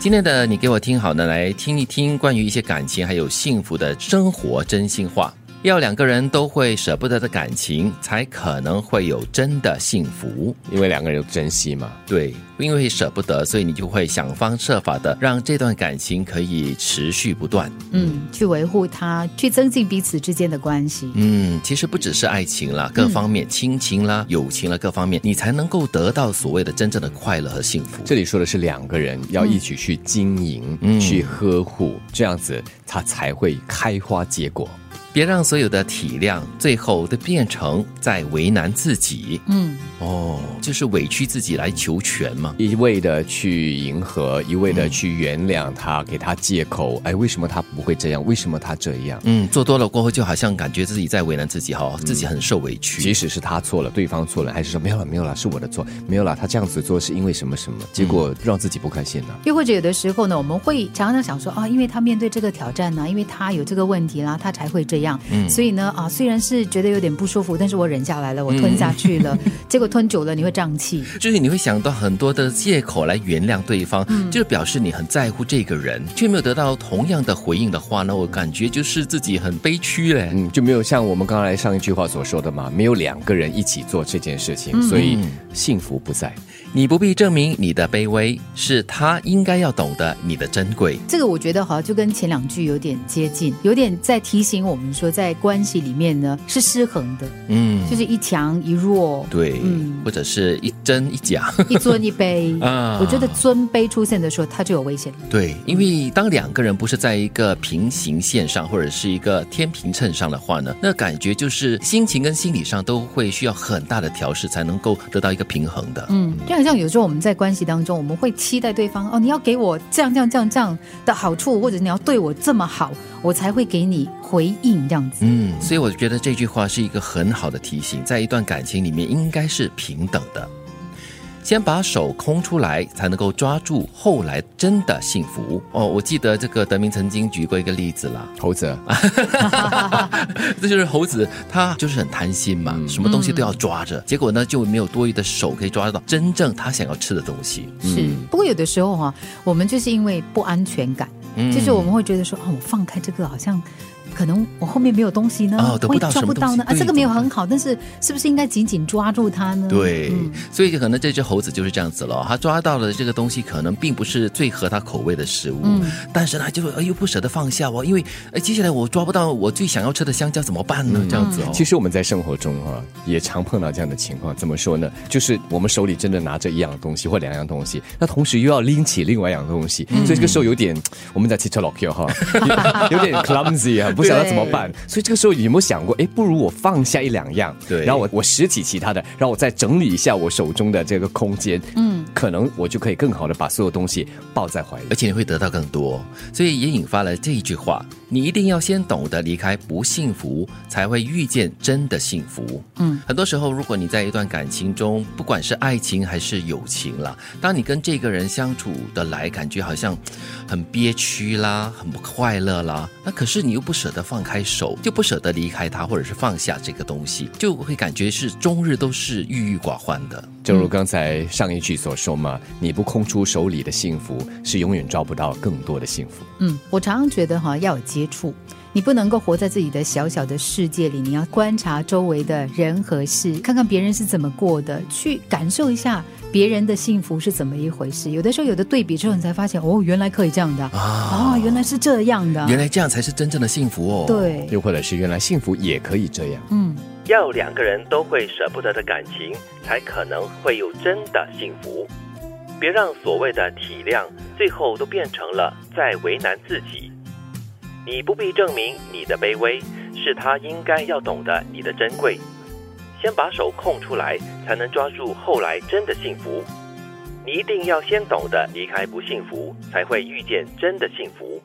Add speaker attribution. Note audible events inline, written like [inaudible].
Speaker 1: 今天的你给我听好呢，来听一听关于一些感情还有幸福的生活真心话。要两个人都会舍不得的感情，才可能会有真的幸福。
Speaker 2: 因为两个人有珍惜嘛。
Speaker 1: 对，因为舍不得，所以你就会想方设法的让这段感情可以持续不断。
Speaker 3: 嗯，去维护它，去增进彼此之间的关系。
Speaker 1: 嗯，其实不只是爱情啦，各方面，亲情啦、友情啦，各方面，你才能够得到所谓的真正的快乐和幸福。
Speaker 2: 这里说的是两个人要一起去经营、
Speaker 1: 嗯
Speaker 2: 去呵护，这样子它才会开花结果。
Speaker 1: 别让所有的体谅最后都变成在为难自己。
Speaker 3: 嗯，
Speaker 1: 哦，就是委屈自己来求全嘛。
Speaker 2: 一味的去迎合，一味的去原谅他，给他借口，哎，为什么他不会这样？为什么他这样？
Speaker 1: 嗯，做多了过后，就好像感觉自己在为难自己哈，自己很受委屈。
Speaker 2: 即使是他错了，对方错了，还是说没有了，没有了，是我的错，没有了，他这样子做是因为什么什
Speaker 1: 嗯
Speaker 2: 么，结果让自己不开心了、
Speaker 3: 又或者有的时候呢，我们会常常想说啊，因为他面对这个挑战呢、因为他有这个问题啦，他才会这样。
Speaker 1: 嗯
Speaker 3: 所以呢，啊，虽然是觉得有点不舒服，但是我忍下来了，我吞下去了。
Speaker 1: 嗯
Speaker 3: [laughs] 结果吞久了，你会胀气。
Speaker 1: 就是你会想到很多的借口来原谅对方，就是表示你很在乎这个人，却没有得到同样的回应的话呢，我感觉就是自己很悲屈嘞。
Speaker 2: 嗯，就没有像我们刚才上一句话所说的嘛，没有两个人一起做这件事情，所以幸福不在。
Speaker 1: 你不必证明你的卑微，是他应该要懂得你的珍贵。
Speaker 3: 这个我觉得好像就跟前两句有点接近，有点在提醒我们说，在关系里面呢是失衡的，
Speaker 1: 嗯，
Speaker 3: 就是一强一弱，
Speaker 1: 对，
Speaker 3: 嗯
Speaker 1: 或者是一真一假。
Speaker 3: 一尊一卑。
Speaker 1: [laughs] 啊
Speaker 3: 我觉得尊卑出现的时候，它就有危险。
Speaker 1: 对，因为当两个人不是在一个平行线上，或者是一个天平秤上的话呢，那感觉就是心情跟心理上都会需要很大的调试，才能够得到一个平衡的。
Speaker 3: 嗯，就好像有时候我们在关系当中，我们会期待对方哦，你要给我这样这样这样这样的好处，或者你要对我这么好，我才会给你回应这样子。
Speaker 1: 嗯，所以我觉得这句话是一个很好的提醒，在一段感情里面应该是平等的。先把手空出来，才能够抓住后来真的幸福哦。我记得这个德明曾经举过一个例子啦，
Speaker 2: 猴子，
Speaker 1: 这就是猴子，他就是很贪心嘛，
Speaker 3: 嗯
Speaker 1: 什么东西都要抓着，结果呢就没有多余的手可以抓到真正他想要吃的东西。
Speaker 3: 是，不过有的时候哈、我们就是因为不安全感，
Speaker 1: 嗯
Speaker 3: 就是我们会觉得说，哦，我放开这个好像。可能我后面没有东西呢，
Speaker 1: 哦得不到
Speaker 3: 我也抓不到
Speaker 1: 什么东
Speaker 3: 呢
Speaker 1: 西
Speaker 3: 啊，
Speaker 1: 对
Speaker 3: 这个没有
Speaker 1: 对对
Speaker 3: 很好，但是是不是应该紧紧抓住它呢？
Speaker 1: 对，
Speaker 3: 嗯
Speaker 1: 所以可能这只猴子就是这样子了。它抓到了这个东西，可能并不是最合它口味的食物，
Speaker 3: 嗯
Speaker 1: 但是它就哎又不舍得放下哦，因为哎接下来我抓不到我最想要吃的香蕉怎么办呢？
Speaker 3: 嗯
Speaker 1: 这样子哦。
Speaker 2: 其实我们在生活中啊，也常碰到这样的情况。怎么说呢？就是我们手里真的拿着一样东西或两样东西，那同时又要拎起另外一样东西，所以这个时候有点我们在汽车老 Q 哈， [laughs] 有有点 clumsy 啊，不晓得怎么办。所以这个时候有没有想过，哎，不如我放下一两样，
Speaker 1: 对
Speaker 2: 然后我我拾起其他的，然后我再整理一下我手中的这个空间，嗯，可能我就可以更好的把所有东西抱在怀里
Speaker 1: 而。且你会得到更多，所以也引发了这一句话：你一定要先懂得离开不幸福，才会遇见真的幸福。
Speaker 3: 嗯，
Speaker 1: 很多时候，如果你在一段感情中，不管是爱情还是友情啦，当你跟这个人相处的来，感觉好像很憋屈啦，很不快乐啦，那可是你又不舍得放开手，就不舍得离开他，或者是放下这个东西，就会感觉是终日都是郁郁寡欢的。
Speaker 2: 正如刚才上一句所说嘛，你不空出手里的幸福，是永远抓不到更多的幸福。
Speaker 3: 嗯，我常常觉得哈、要有接触，你不能够活在自己的小小的世界里，你要观察周围的人和事，看看别人是怎么过的，去感受一下别人的幸福是怎么一回事。有的时候有的对比之后，你才发现哦，原来可以这样的啊、哦，原来是这样的，
Speaker 1: 原来这样才是真正的幸福哦。。
Speaker 3: 对。
Speaker 2: 又或者是原来幸福也可以这样。
Speaker 3: 嗯，
Speaker 4: 要两个人都会舍不得的感情，才可能会有真的幸福。别让所谓的体谅，最后都变成了在为难自己。你不必证明你的卑微，是他应该要懂得你的珍贵。先把手空出来，才能抓住后来真的幸福。你一定要先懂得离开不幸福，才会遇见真的幸福。